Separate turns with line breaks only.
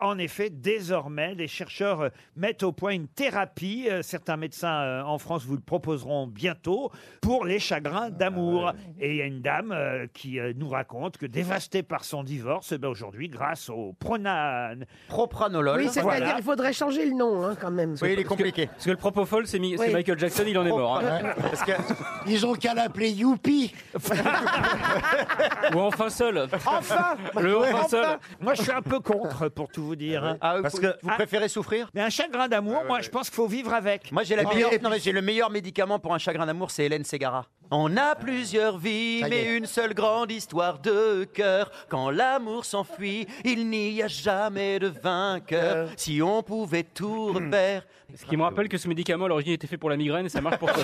en effet, désormais, les chercheurs euh, mettent au point une thérapie. euh, Certains médecins euh, en France vous le proposeront bientôt pour les chagrins d'amour. Et il y a une dame euh, qui euh, nous raconte que dévastée par son divorce, eh ben, aujourd'hui, grâce au pronane,
Propranolol.
Oui, c'est-à-dire
Voilà.
il faudrait changer le nom hein, quand même.
Oui, il est compliqué.
Parce que le propofol, c'est mi-
Oui.
c'est Michael Jackson, il en est mort. hein.
Parce que-
Ils ont qu'à l'appeler Youpi.
Ou enfin seul.
Enfin
Le enfin seul.
Moi, je suis un peu contre, pour tout vous dire. hein.
Ah,
Parce
vous-
que-
vous
ah,
préférez souffrir
mais un chagrin d'amour, moi, je pense qu'il faut vivre avec.
Moi, j'ai la
Ah,
meilleure-
et puis-
non, mais j'ai le meilleur médicament pour un chagrin d'amour, c'est Hélène Ségara. On a plusieurs vies,
Ça y
mais
est.
une seule grande histoire de cœur. Quand l'amour s'enfuit, il n'y a jamais de vainqueur.
Euh.
Si on pouvait tout refaire.
Ce qui me rappelle que ce médicament à l'origine était fait pour la migraine et ça marche pour tout.